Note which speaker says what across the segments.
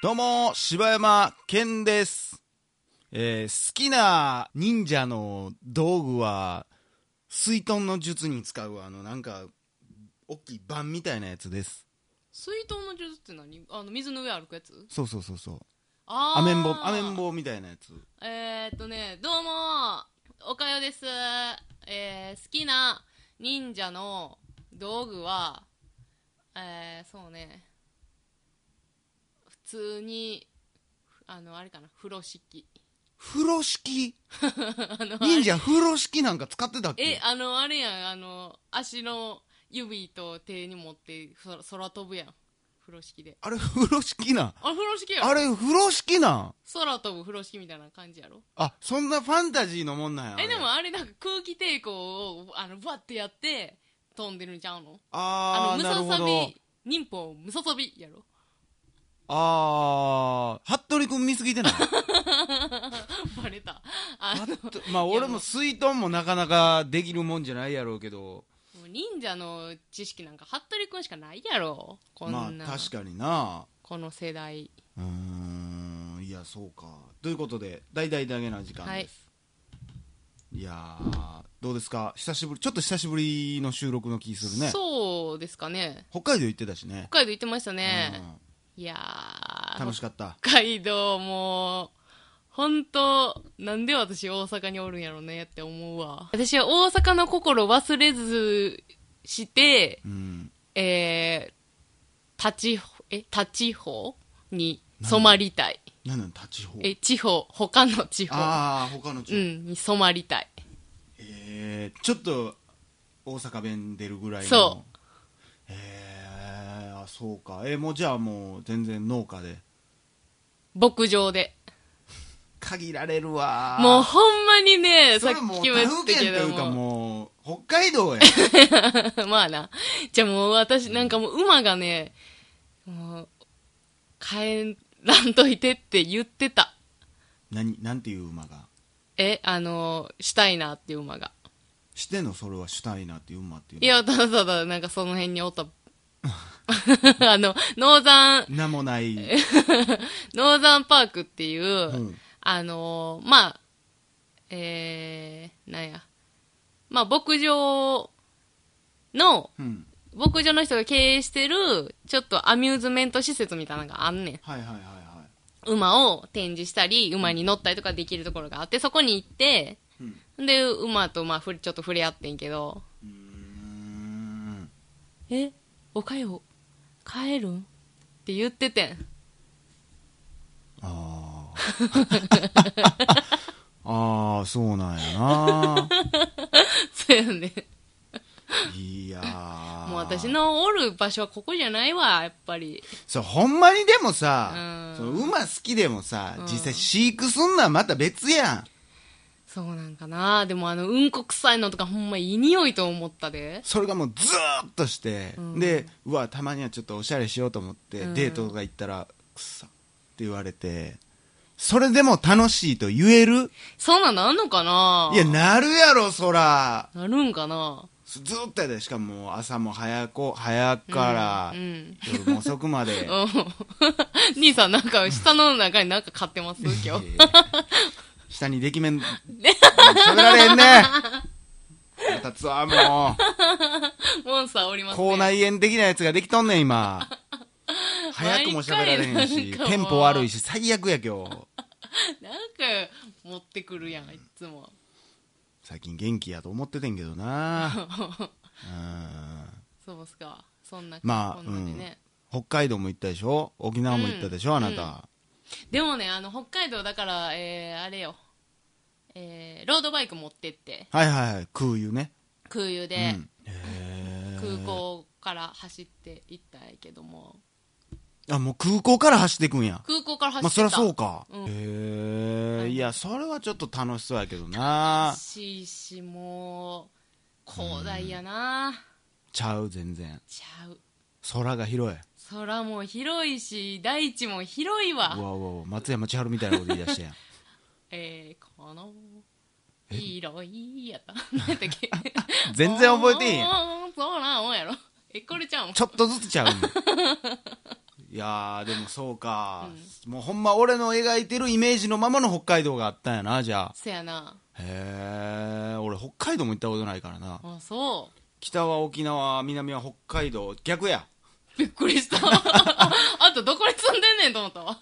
Speaker 1: どうも、柴山健です。えー好きな忍者の道具は、水遁の術に使う、あの、なんか、大きい盤みたいなやつです。
Speaker 2: 水筒の術って何あの水の上歩くやつ
Speaker 1: そうそうそうそう。
Speaker 2: あー
Speaker 1: アメンボ、アメンボみたいなやつ。
Speaker 2: えー、っとねどうもおかよですえー、好きな忍者の道具はえー、そうね普通にあのあれかな風呂敷
Speaker 1: 風呂敷
Speaker 2: あの
Speaker 1: 忍者風呂敷なんか使ってたっ
Speaker 2: え
Speaker 1: け
Speaker 2: あのあれやんあの足の指と手に持ってそ空飛ぶやん風呂敷で
Speaker 1: あれ風呂敷なん
Speaker 2: あ風呂敷やろ
Speaker 1: あれ風呂敷なん
Speaker 2: 空飛ぶ風呂敷みたいな感じやろ
Speaker 1: あ、そんなファンタジーのもんなんや。あれ
Speaker 2: えでもあれなんか空気抵抗をあのバッてやって飛んでるんちゃうの
Speaker 1: あ
Speaker 2: あ
Speaker 1: ー、
Speaker 2: の
Speaker 1: なる
Speaker 2: ム
Speaker 1: ほ
Speaker 2: サ
Speaker 1: ど
Speaker 2: サビ。忍法ムササビ やろ
Speaker 1: あー、服部君見すぎてない
Speaker 2: バレたあの
Speaker 1: まあ俺も水遁もなかなかできるもんじゃないやろうけど
Speaker 2: もう忍者の知識なんか服部君しかないやろこんな、
Speaker 1: まあ確かにな
Speaker 2: この世代
Speaker 1: うーんいやそうかということで大々だけな時間
Speaker 2: はい
Speaker 1: です、い、やーどうですか久しぶりちょっと久しぶりの収録の気するね
Speaker 2: そうですかね
Speaker 1: 北海道行ってたしね
Speaker 2: 北海道行ってましたね、
Speaker 1: う
Speaker 2: いや
Speaker 1: ん
Speaker 2: ー
Speaker 1: 楽しかった
Speaker 2: 北海道もう本当なんで私大阪におるんやろねって思うわ私は大阪の心忘れずして
Speaker 1: うん
Speaker 2: えー、立ちえ立ち方に染まりたい
Speaker 1: 何なん立ち方
Speaker 2: え地方他の地方
Speaker 1: ああ他の地
Speaker 2: う
Speaker 1: 方、
Speaker 2: んに染まりたい
Speaker 1: えー、ちょっと大阪弁出るぐらいの
Speaker 2: そう
Speaker 1: えー、あそうかえー、もうじゃあもう全然農家で
Speaker 2: 牧場で
Speaker 1: 限られるわ
Speaker 2: もうほんまにね
Speaker 1: そ
Speaker 2: さっ
Speaker 1: れもう
Speaker 2: きも
Speaker 1: 他
Speaker 2: 言っ
Speaker 1: 府
Speaker 2: た
Speaker 1: 県と
Speaker 2: け
Speaker 1: い
Speaker 2: ど
Speaker 1: うか
Speaker 2: も
Speaker 1: もう北海 道や
Speaker 2: まあな。じゃあもう私、なんかもう馬がね、もう、帰らんといてって言ってた。
Speaker 1: 何なんていう馬が
Speaker 2: え、あの、シュタイナーっていう馬が。
Speaker 1: してんのそれはシュタイナーっていう馬っていう
Speaker 2: い
Speaker 1: の
Speaker 2: や、ただただ、なんかその辺 におった。 あの、ノーザン、
Speaker 1: 名もない、
Speaker 2: ノーザンパークっていう、
Speaker 1: うん
Speaker 2: あの、まあ、えー、なんや。まあ、牧場の、
Speaker 1: うん、
Speaker 2: 牧場の人が経営してる、ちょっとアミューズメント施設みたいなのがあんねん。
Speaker 1: はいはいはいは
Speaker 2: 馬を展示したり、馬に乗ったりとかできるところがあって、そこに行って、
Speaker 1: いうん
Speaker 2: で、馬とまあふれちょっと触れ合ってんけど、
Speaker 1: うーん
Speaker 2: え、おかよ、帰るんって言っててん。
Speaker 1: あー あーそうなんやな
Speaker 2: そうやね。
Speaker 1: いやー
Speaker 2: もう私のおる場所はここじゃないわ、やっぱり。
Speaker 1: そうほんまにでもさ
Speaker 2: うん
Speaker 1: その馬好きでもさ、
Speaker 2: うん
Speaker 1: 実際飼育すんのはまた別やん
Speaker 2: そうなんかな。でもあの、うんこ臭いのとかほんまいい匂いと思ったで。
Speaker 1: それがもうずーっとして、
Speaker 2: うん
Speaker 1: でうわたまにはちょっとおしゃれしようと思って、
Speaker 2: うん
Speaker 1: デートとか行ったらくっさって言われてそれでも楽しいと言える
Speaker 2: そんなんなんのかない
Speaker 1: やなるやろそら
Speaker 2: なるんかな
Speaker 1: ずーっとやでしかも朝も早こ早から、
Speaker 2: うんうん
Speaker 1: 夜も遅くま で、
Speaker 2: うん。兄さんなんか下の中になんか買ってます今日。
Speaker 1: いやいや 下にで きめん食べられへんね腹立つわもう
Speaker 2: モンスターおりますね。
Speaker 1: 口内炎的なやつができとんねん 今早くも喋られへんし
Speaker 2: 毎回なんかもう
Speaker 1: テンポ悪いし最悪や今日
Speaker 2: なんか持ってくるやんいつも
Speaker 1: 最近元気やと思っててんけど な
Speaker 2: そうっすかそんな
Speaker 1: まあ
Speaker 2: こんなんでね、
Speaker 1: うん北海道も行ったでしょ沖縄も行ったでしょ、
Speaker 2: うん
Speaker 1: あなた、
Speaker 2: でもねあの北海道だからえー、あれよえー、ロードバイク持ってって
Speaker 1: はいはいはい空輸ね、
Speaker 2: 空輸
Speaker 1: う
Speaker 2: で
Speaker 1: んへ
Speaker 2: 空
Speaker 1: ー
Speaker 2: 港から走って行ったんやけども、
Speaker 1: あもう空港から走っていくんや
Speaker 2: 空港から走
Speaker 1: まあ
Speaker 2: ってた
Speaker 1: そりゃそうか、
Speaker 2: うん
Speaker 1: へ
Speaker 2: は
Speaker 1: え
Speaker 2: い
Speaker 1: いやそれはちょっと楽しそうやけどな
Speaker 2: しいしもう広大やな、
Speaker 1: ちゃう全然
Speaker 2: ちゃう
Speaker 1: 空が広い
Speaker 2: 空も広いし大地も広いう
Speaker 1: わう
Speaker 2: わ
Speaker 1: わうわ松山千春みたいなこと言い出してやん
Speaker 2: えー、この広 いやった何やったっけ
Speaker 1: 全然覚えてへんやん
Speaker 2: んそうなんおんやろえこれちゃう ん
Speaker 1: ちょっとずつちゃうねんいやーでもそうか、
Speaker 2: う
Speaker 1: もうほんま俺の描いてるイメージのままの北海道があったんやなじゃあ
Speaker 2: せやな
Speaker 1: へえ俺北海道も行ったことないからな
Speaker 2: あそ
Speaker 1: 北は沖縄南は北海道逆や
Speaker 2: うびっく りしたあんたどこに住んでんねんと思ったわ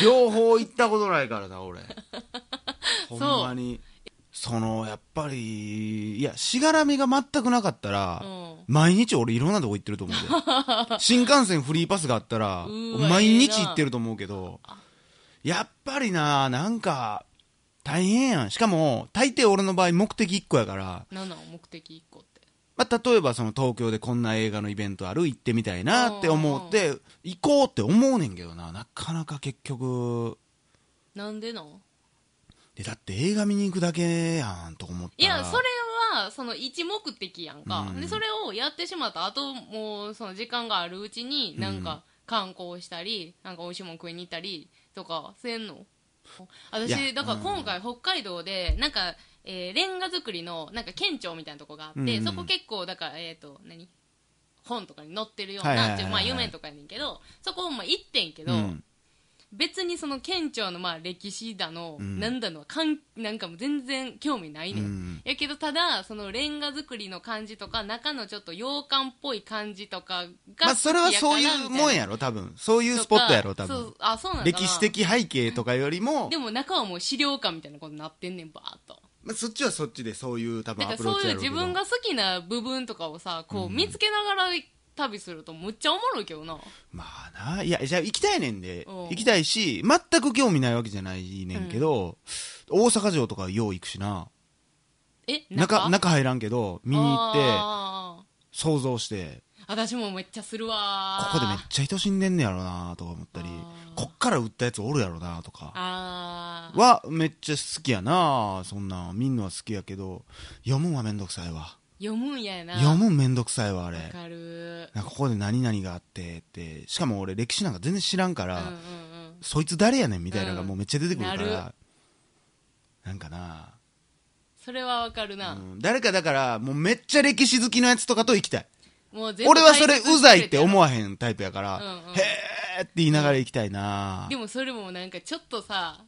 Speaker 1: 両方行ったことないからな 俺ほ
Speaker 2: うん
Speaker 1: まにそのやっぱりいやしがらみが全くなかったら、
Speaker 2: う
Speaker 1: 毎日俺いろんなとこ行ってると思う で新幹線フリーパスがあったら
Speaker 2: うーわ
Speaker 1: 毎日行ってると思うけどやっぱりななんか大変やんしかも大抵俺の場合目的1個やから、
Speaker 2: ん何なの目的1個って
Speaker 1: まあ、例えばその東京でこんな映画のイベントある行ってみたいなって思って行こうって思うねんけどななかなか結局
Speaker 2: なんでなん
Speaker 1: でだって映画見に行くだけやんと思った
Speaker 2: い
Speaker 1: ら
Speaker 2: やそれはその一目的やんか、
Speaker 1: うん
Speaker 2: でそれをやってしまったあともうその時間があるうちになん
Speaker 1: うん
Speaker 2: か観光したり、なんか美味しいもん食いに行ったりとかせんの
Speaker 1: いや
Speaker 2: 私だから
Speaker 1: うん
Speaker 2: 今回北海道でなんか、えーレンガ作りのなんか県庁みたいなとこがあって、
Speaker 1: うん
Speaker 2: そこ結構だからえっ、と何本とかに載ってるよう
Speaker 1: はいはい
Speaker 2: な
Speaker 1: はいはい
Speaker 2: っていうまあ夢とかやねんけどそこも行ってんけど、
Speaker 1: うん
Speaker 2: 別にその県庁のまあ歴史だの、
Speaker 1: うん
Speaker 2: なんだのはかんなんかもう全然興味ないねん、
Speaker 1: うん
Speaker 2: やけどただそのレンガ作りの感じとか中のちょっと洋館っぽい感じとかが
Speaker 1: まあそれはそうい
Speaker 2: 好きから
Speaker 1: うもんやろ多分そういうスポットやろ多
Speaker 2: そ
Speaker 1: 分
Speaker 2: うあそうなんだ
Speaker 1: 歴史的背景とかよりも
Speaker 2: でも中はもう資料館みたいなことになってんねんバーっと
Speaker 1: まあ、そっちはそっちでそういう多
Speaker 2: だ
Speaker 1: 分
Speaker 2: か
Speaker 1: ア
Speaker 2: ら
Speaker 1: プロー
Speaker 2: そう
Speaker 1: チ
Speaker 2: い
Speaker 1: や
Speaker 2: う
Speaker 1: ろうけ
Speaker 2: 自
Speaker 1: ど
Speaker 2: 分が好きな部分とかをさこう見つけながら旅するとむっちゃおもろいけどな、
Speaker 1: まあないやじゃあ行きたいねんで
Speaker 2: うん
Speaker 1: 行きたいし全く興味ないわけじゃないねんけど、大阪城とかよう行くしな
Speaker 2: え
Speaker 1: 中
Speaker 2: 中
Speaker 1: 中入らんけど見に行って
Speaker 2: あ
Speaker 1: 想像して
Speaker 2: ー私もめっちゃするわ
Speaker 1: ここでめっちゃ人死んでんねやろなとか思ったり
Speaker 2: あー
Speaker 1: こっから売ったやつおるやろなとか
Speaker 2: あー
Speaker 1: はめっちゃ好きやなそんなん見んのは好きやけど読むんはめんどくさいわ
Speaker 2: 読むんややな
Speaker 1: 読むんめんどくさいわあれ
Speaker 2: わかる
Speaker 1: なんかここで何々があってってしかも俺歴史なんか全然知らんか
Speaker 2: うん
Speaker 1: ら、
Speaker 2: うんうん
Speaker 1: そいつ誰やねんみたいなのがもうめっちゃ出てくるから、
Speaker 2: うん
Speaker 1: な
Speaker 2: なん
Speaker 1: かな、
Speaker 2: それはわかるな、
Speaker 1: うん誰かだからもうめっちゃ歴史好きのやつとかと行きたい
Speaker 2: もう全部
Speaker 1: 俺はそれ
Speaker 2: 解決
Speaker 1: う
Speaker 2: してく
Speaker 1: ざ
Speaker 2: れ
Speaker 1: いって思わへんタイプやから、
Speaker 2: うんうん
Speaker 1: へーって言いながら行きたいな、
Speaker 2: でもそれもなんかちょっとさ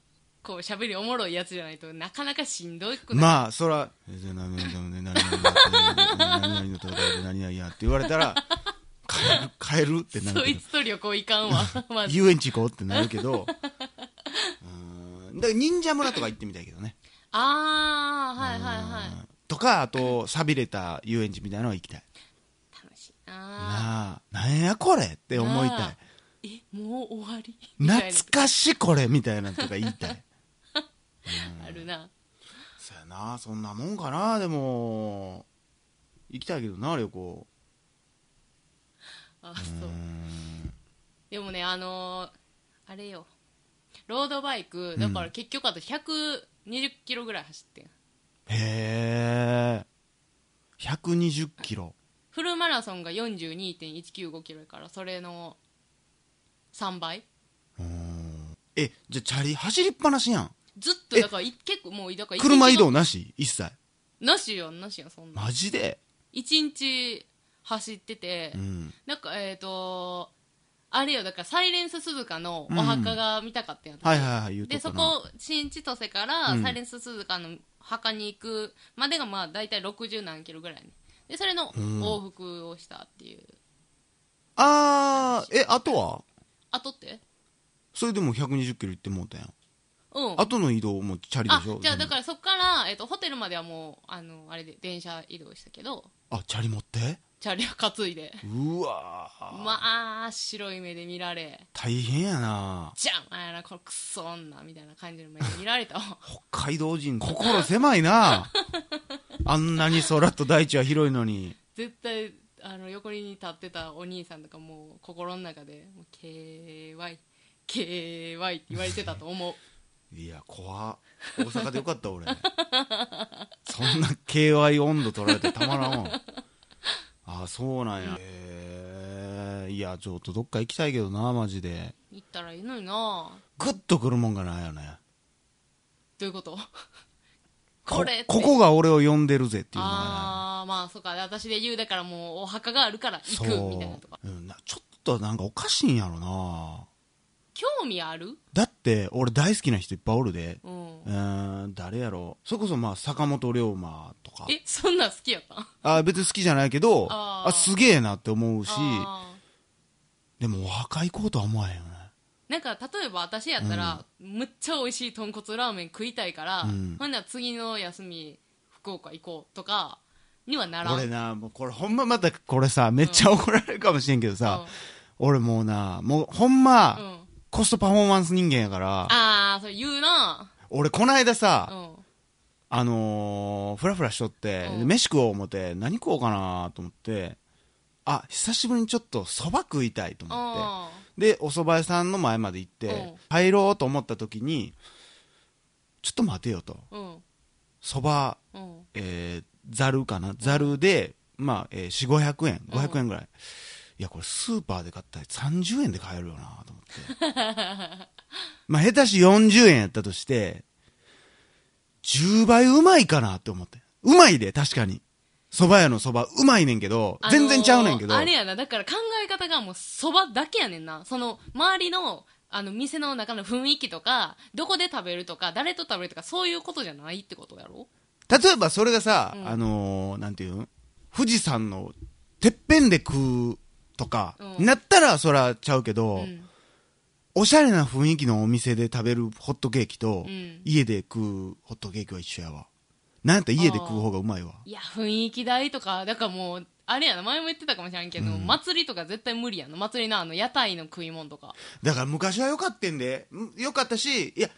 Speaker 2: こう喋りおもろいやつじゃないとなかなかしんどくない、
Speaker 1: まあそら「何々何々何々の戦いで何々や」って言われたら「帰る帰る」ってなる
Speaker 2: そ
Speaker 1: け
Speaker 2: い
Speaker 1: ど
Speaker 2: つと旅行行かんわ まず
Speaker 1: 遊園地行こうってなるけ どうんだから忍者村とか行ってみたいけどね
Speaker 2: ああはいはいはい
Speaker 1: うんとかあと寂れた遊園地みたいなのは行きたい
Speaker 2: 楽しいなあ
Speaker 1: なあ、なんやこれって思いた
Speaker 2: なあえもう終わり
Speaker 1: い。
Speaker 2: みたいな
Speaker 1: 懐かしいこれみたいなのとか言いたい。
Speaker 2: あるな
Speaker 1: そやな、そんなもんかな、でも。行きたいけどな、旅行。
Speaker 2: あそ
Speaker 1: ー
Speaker 2: うう
Speaker 1: ん
Speaker 2: でもねあのーあれよロードバイクだから結局あと120キロぐらい走ってん
Speaker 1: へえ。120キロ。
Speaker 2: フルマラソンが42.195キロやからそれの3倍
Speaker 1: うーんえ、じゃあチャリ走りっぱなしやん。
Speaker 2: ずっとだからい結構もうだから一日の
Speaker 1: 車移動なし一切。
Speaker 2: なしよなしよそんな
Speaker 1: マジで
Speaker 2: 一日走ってて、
Speaker 1: うん。
Speaker 2: なんかえっ、とあれよだからサイレンス鈴鹿のお墓が見たかったんや、
Speaker 1: はいはいはい、言うと
Speaker 2: で
Speaker 1: った
Speaker 2: そ
Speaker 1: な。
Speaker 2: こ新千歳から
Speaker 1: うん
Speaker 2: サイレンス鈴鹿の墓に行くまでがまあ大体60何キロぐらいねでそれの
Speaker 1: うん
Speaker 2: 往復をしたっていう、
Speaker 1: あー、え、あとは
Speaker 2: あとって
Speaker 1: それでも120キロ行ってもうたやん。
Speaker 2: うん
Speaker 1: あとの移動もチャリで
Speaker 2: あ
Speaker 1: しょ
Speaker 2: じゃあだからそっから、えっとホテルまではもうあのあれで電車移動したけど
Speaker 1: あチャリ持って
Speaker 2: チャリを担いで
Speaker 1: うわー、
Speaker 2: まあ白い目で見られ
Speaker 1: 大変やな
Speaker 2: じゃんあやなこのクソ女みたいな感じの目で見られた わ
Speaker 1: 北海道人心狭いな あんなに空と大地は広いのに
Speaker 2: 絶対あの横に立ってたお兄さんとかもう心の中でもう KYKY って言われてたと 思う
Speaker 1: いや怖っ大阪でよかった俺 そんな KY 温度取られてたまらんわあそうなんやへえいやちょっとどっか行きたいけどなマジで
Speaker 2: 行ったらいいのにな
Speaker 1: グッとくるもんがないよね
Speaker 2: どういうことこれって
Speaker 1: ここが俺を呼んでるぜっていうのがない
Speaker 2: ああまあそうか私で言うだからもうお墓があるから
Speaker 1: そ
Speaker 2: 行
Speaker 1: う
Speaker 2: くみたいなとか
Speaker 1: うん、なちょっとなんかおかしいんやろな
Speaker 2: 興味ある
Speaker 1: だって俺大好きな人いっぱいおるで
Speaker 2: うん
Speaker 1: う。ーん誰やろうそれこそまあ坂本龍馬とか
Speaker 2: え、そんなん好きやった
Speaker 1: あ別に好きじゃないけど
Speaker 2: あ
Speaker 1: あ
Speaker 2: ー
Speaker 1: すげえなって思うし
Speaker 2: あー
Speaker 1: でも若い子とは思わへんよね
Speaker 2: なんか例えば私やったら、むっちゃ美味しい豚骨ラーメン食いたいから、
Speaker 1: うん
Speaker 2: ほんなら次の休み福岡行こうとかにはならん
Speaker 1: 俺なもうこれほんままたこれさめっちゃ怒られるかもしれんけどさ、俺もうなもうほんま、
Speaker 2: うんうん、
Speaker 1: コストパフォーマンス人間やから
Speaker 2: ああそれ言うな
Speaker 1: 俺こないださ、
Speaker 2: うん
Speaker 1: あのー、ふらふらしとって、
Speaker 2: うん
Speaker 1: で飯食おう思って何食おうかなと思ってあ久しぶりにちょっとそば食いたいと思っ
Speaker 2: あ
Speaker 1: てでお蕎麦屋さんの前まで行って、
Speaker 2: うん
Speaker 1: 入ろうと思った時にちょっと待てよと
Speaker 2: ーうん
Speaker 1: そば
Speaker 2: うん
Speaker 1: えーざるかなざるで、まあ、えー、4500円
Speaker 2: うん
Speaker 1: 500円ぐらい、いやこれスーパーで買ったら30円で買えるよなと思って まあ下手し40円やったとして10倍うまいかなって思ってうまいで確かにそば屋のそばうまいねんけど、
Speaker 2: あのー
Speaker 1: 全然ちゃうねんけど
Speaker 2: あれやなだから考え方がもうそばだけやねんなその周りのあの店の中の雰囲気とかどこで食べるとか誰と食べるとかそういうことじゃないってことやろ
Speaker 1: 例えばそれがさ、
Speaker 2: うん
Speaker 1: あのーなんていうん富士山のてっぺんで食うとか、
Speaker 2: うん
Speaker 1: なったらそらちゃうけど、
Speaker 2: うん
Speaker 1: おしゃれな雰囲気のお店で食べるホットケーキと、
Speaker 2: うん
Speaker 1: 家で食うホットケーキは一緒やわなんやったら家で食う方がうまいわ
Speaker 2: いや雰囲気代とかだからもうあれやな前も言ってたかもしれんけど、祭りとか絶対無理やな祭りのあの屋台の食い物とか
Speaker 1: だから昔は良かったんでん良かったしいや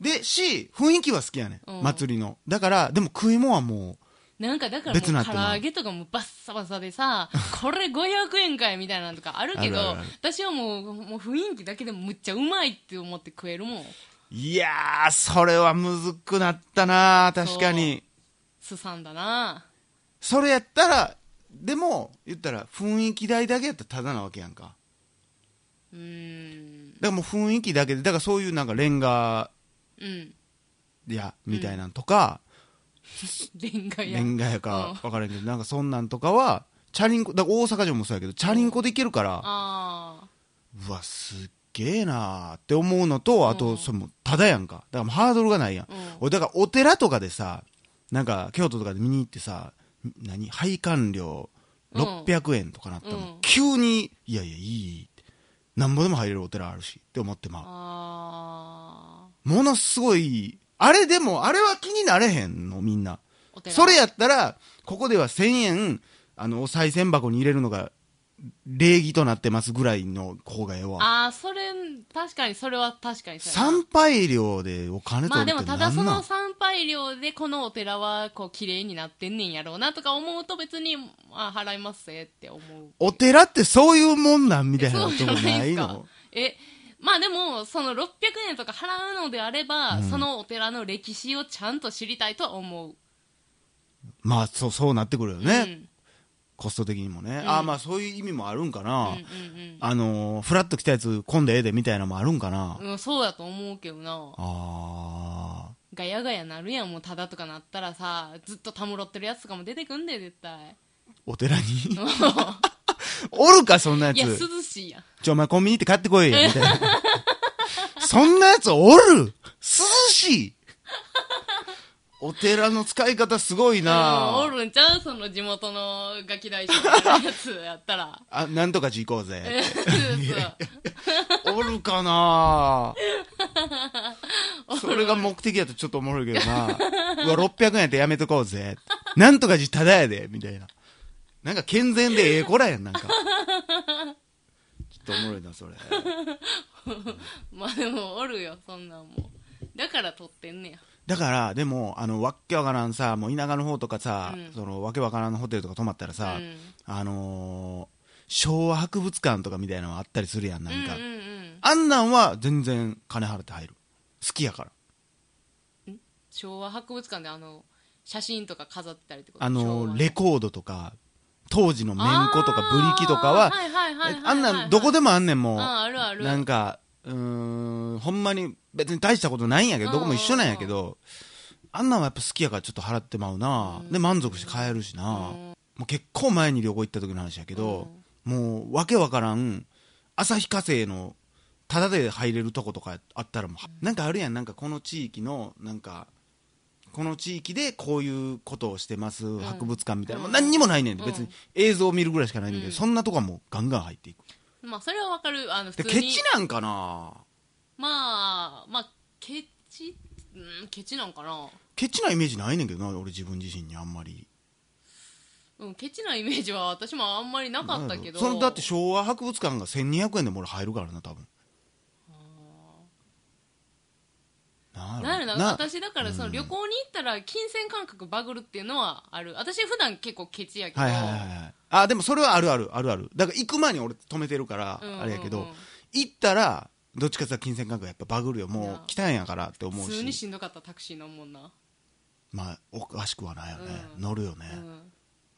Speaker 1: でし雰囲気は好きやね、
Speaker 2: うん
Speaker 1: ん祭りのだからでも食い物はも
Speaker 2: なんかだからも
Speaker 1: 別な
Speaker 2: う
Speaker 1: っ
Speaker 2: 唐
Speaker 1: ても
Speaker 2: 揚げとかもバッサバサで さこれ500円かいみたいなのとかあるけど
Speaker 1: あるあるある
Speaker 2: 私はもうもう雰囲気だけでもむっちゃうまいって思って食えるもん
Speaker 1: ういやーそれはむずくなったな確かに
Speaker 2: すさんだな
Speaker 1: それやったらでも言ったら雰囲気代だけやったらただなわけやんか
Speaker 2: うーん
Speaker 1: だからもう雰囲気だけでだからそういうなんかレンガ
Speaker 2: うん
Speaker 1: やみたいなんとか、
Speaker 2: 恋愛や
Speaker 1: レンガやか分からんけど、なんかそんなんとかは、チャリンコ、だから大阪城もそうやけど、チャリンコで行けるから、
Speaker 2: ああ
Speaker 1: うわ、すっげえなーって思うのと、あ
Speaker 2: う
Speaker 1: と、
Speaker 2: ん
Speaker 1: それもただやんか。だからもうハードルがないやん
Speaker 2: うん。
Speaker 1: 俺、だからお寺とかでさ、なんか京都とかで見に行ってさ、ん何配管料
Speaker 2: うん
Speaker 1: 600円とかなったの、
Speaker 2: うん
Speaker 1: 急に、いやいや、いいって。なんぼでも入れるお寺あるしって思ってま
Speaker 2: あ
Speaker 1: う。ものすごい、あれでも、あれは気になれへんの、みんな。
Speaker 2: ーお寺
Speaker 1: それやったら、ここでは1000円、あの、お賽銭箱に入れるのが、礼儀となってますぐらいの方がええわ。
Speaker 2: ああそれ確かにそれは確かにそうやな
Speaker 1: 参拝料でお金
Speaker 2: ま
Speaker 1: 取
Speaker 2: あ
Speaker 1: る
Speaker 2: で
Speaker 1: っ
Speaker 2: も
Speaker 1: てな
Speaker 2: た
Speaker 1: んな
Speaker 2: だ
Speaker 1: ん、
Speaker 2: その参拝料でこのお寺はこう綺麗になってんねんやろうなとか思うと別にまあ払いますぜって思う
Speaker 1: お寺ってそういうもんなんみたいな
Speaker 2: そ
Speaker 1: と
Speaker 2: う
Speaker 1: こ
Speaker 2: じゃな
Speaker 1: な
Speaker 2: いで
Speaker 1: い
Speaker 2: すか
Speaker 1: の
Speaker 2: えまあでもその600円とか払うのであれば、
Speaker 1: うん
Speaker 2: そのお寺の歴史をちゃんと知りたいとは思う
Speaker 1: まあそう、そうなってくるよね。
Speaker 2: うん
Speaker 1: コスト的にもね。
Speaker 2: うん
Speaker 1: ああ、まあそういう意味もあるんかな。
Speaker 2: うんうん
Speaker 1: あのー、フラッと来たやつ混んでええでみたいなのもあるんかな。
Speaker 2: うん、うん、そうだと思うけどな
Speaker 1: ああ。
Speaker 2: ガヤガヤなるやんもうただとかなったらさずっとたむろってるやつとかも出てくんで絶対
Speaker 1: お寺におるか、そんなやつ。
Speaker 2: いや涼しいやん
Speaker 1: ちょ、お前コンビニ行って買ってこいよ、みたいな。 そんなやつおる涼しいお寺の使い方すごいな
Speaker 2: うんおるんちゃうその地元のガキ大将みたいなやつやったら
Speaker 1: あ、なんとかち行こう
Speaker 2: そう
Speaker 1: ぜ。
Speaker 2: そ
Speaker 1: おるか な
Speaker 2: おる
Speaker 1: それが目的だとちょっとおもろいけどなうわ、600円やったらやめとこうぜ。なんとかちただやで、みたいな。なんか健全でええ子らやん、なんか。ちょっとおもろいな、それ。
Speaker 2: う まあでもおるよそんなんもだから撮ってんねや
Speaker 1: だから、でも、あの、わっけわからんさ、もう田舎の方とかさ、
Speaker 2: うん
Speaker 1: その、わけわからんホテルとか泊まったらさ、
Speaker 2: うん
Speaker 1: あのー昭和博物館とかみたいなのあったりするやん、なんか。
Speaker 2: うんうんうん
Speaker 1: あんなんは全然金払って入る。好きやから。
Speaker 2: 昭和博物館であの写真とか飾ってたりってこと
Speaker 1: あ
Speaker 2: 昭和
Speaker 1: のーレコードとか、当時のメンコとかブリキとか
Speaker 2: あ
Speaker 1: は
Speaker 2: ー、はいはいはいはいはい
Speaker 1: あんなんどこでもあんねん、もう。
Speaker 2: あーあるある
Speaker 1: なんか、うーん、ほんまに別に大したことないんやけど、どこも一緒なんやけど、あんなんはやっぱ好きやからちょっと払ってまうな。で、満足して買えるしな。もう結構前に旅行行った時の話やけど、もうわけわからん、旭化成のタダで入れるとことかあったらもうなんかあるやんなんかこの地域のなんかこの地域でこういうことをしてます博物館みたいな、もう何にもないねん、
Speaker 2: うん
Speaker 1: 別に映像を見るぐらいしかないんだけど、
Speaker 2: うん
Speaker 1: そんなとこはもうガンガン入っていく
Speaker 2: まあそれはわかるあの普
Speaker 1: で
Speaker 2: 通
Speaker 1: ケ
Speaker 2: に
Speaker 1: チなんかな
Speaker 2: まあまあケチうんケチなんかな
Speaker 1: ケチなイメージないねんけどな俺自分自身にあんまり
Speaker 2: うんケチなイメージは私もあんまりなかったけど
Speaker 1: そのだって昭和博物館が1200円でも俺入るからな多分な
Speaker 2: なる
Speaker 1: な
Speaker 2: な私だからその旅行に行ったら金銭感覚バグるっていうのはある私普段結構ケチやけど、
Speaker 1: はいはいはいはいあでもそれはあるあるあるあるだから行く前に俺止めてるから
Speaker 2: うんうんうん
Speaker 1: あれやけど、行ったらどっちかっていうと金銭感覚やっぱバグるよ
Speaker 2: な
Speaker 1: も
Speaker 2: あ
Speaker 1: う来たんやからって思う
Speaker 2: 普通に
Speaker 1: し
Speaker 2: しんどかったらタクシーのもんな、
Speaker 1: まあおかしくはないよね、
Speaker 2: うん
Speaker 1: 乗るよね
Speaker 2: う、ん、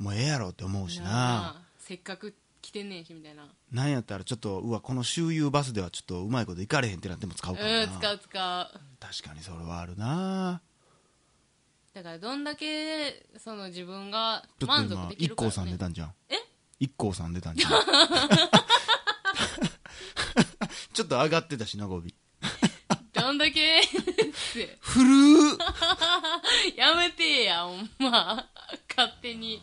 Speaker 1: もうええやろって思うしな
Speaker 2: なあせっかく来てんねんしみたいな
Speaker 1: なんやったらちょっとうわこの周遊バスではちょっとうまいこと行かれへんってなっても使うからな、
Speaker 2: うん使う使う
Speaker 1: 確かにそれはあるな
Speaker 2: だからどんだけその自分が
Speaker 1: ちょっと
Speaker 2: 満足
Speaker 1: 今
Speaker 2: でき
Speaker 1: 一
Speaker 2: る
Speaker 1: 光
Speaker 2: か、ね、
Speaker 1: さん出たんじゃん
Speaker 2: え
Speaker 1: 一光さん出たん じゃん ちょっと上がってたしな語尾
Speaker 2: どんだけ って
Speaker 1: 古ー
Speaker 2: やめてやほんま勝手に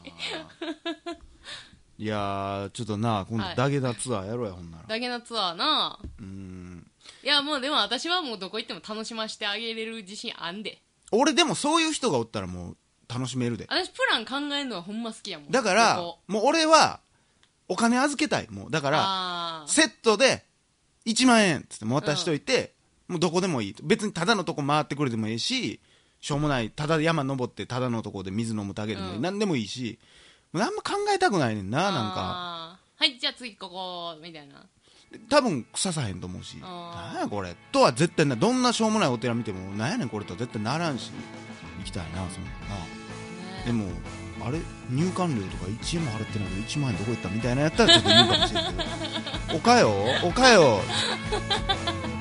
Speaker 1: いやーちょっとな今度
Speaker 2: はい
Speaker 1: ダゲダツアーやろうやほんなら、
Speaker 2: だけのツアーな
Speaker 1: うーん
Speaker 2: いやもうでも私はもうどこ行っても楽しましてあげれる自信あんで
Speaker 1: 俺でもそういう人がおったらもう楽しめるで
Speaker 2: 私プラン考えるのはほんま好きやもん
Speaker 1: だから
Speaker 2: 旅行
Speaker 1: もう俺はお金預けたいもうだから
Speaker 2: あー
Speaker 1: セットで1万円っつってもう渡しといて、もうどこでもいい別にただのとこ回ってくれてもいいししょうもないただ山登ってただのとこで水飲むだけでもいい、
Speaker 2: うん
Speaker 1: 何でもいいしもう何も考えたくないねんななんか
Speaker 2: あーはいじゃあ次ここみたいな
Speaker 1: 多分腐さへんと思うし
Speaker 2: あー
Speaker 1: なんやこれとは絶対などんなしょうもないお寺見てもなんやねんこれとは絶対ならんし行きたいなそんなんなで
Speaker 2: ね
Speaker 1: もあれ入館料とか1円も払ってないけど1万円どこ行ったみたいなやったらちょっと言うかもしれんけどおかよおかよ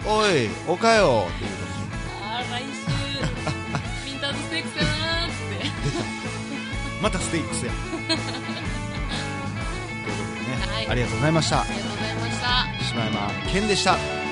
Speaker 1: おいおかよって言うかもしれん
Speaker 2: あー来 週ピンターズステークスやなーって
Speaker 1: またステイクスやということでね、
Speaker 2: はい
Speaker 1: ありがとうございました
Speaker 2: ありがとうございました
Speaker 1: 島山健でした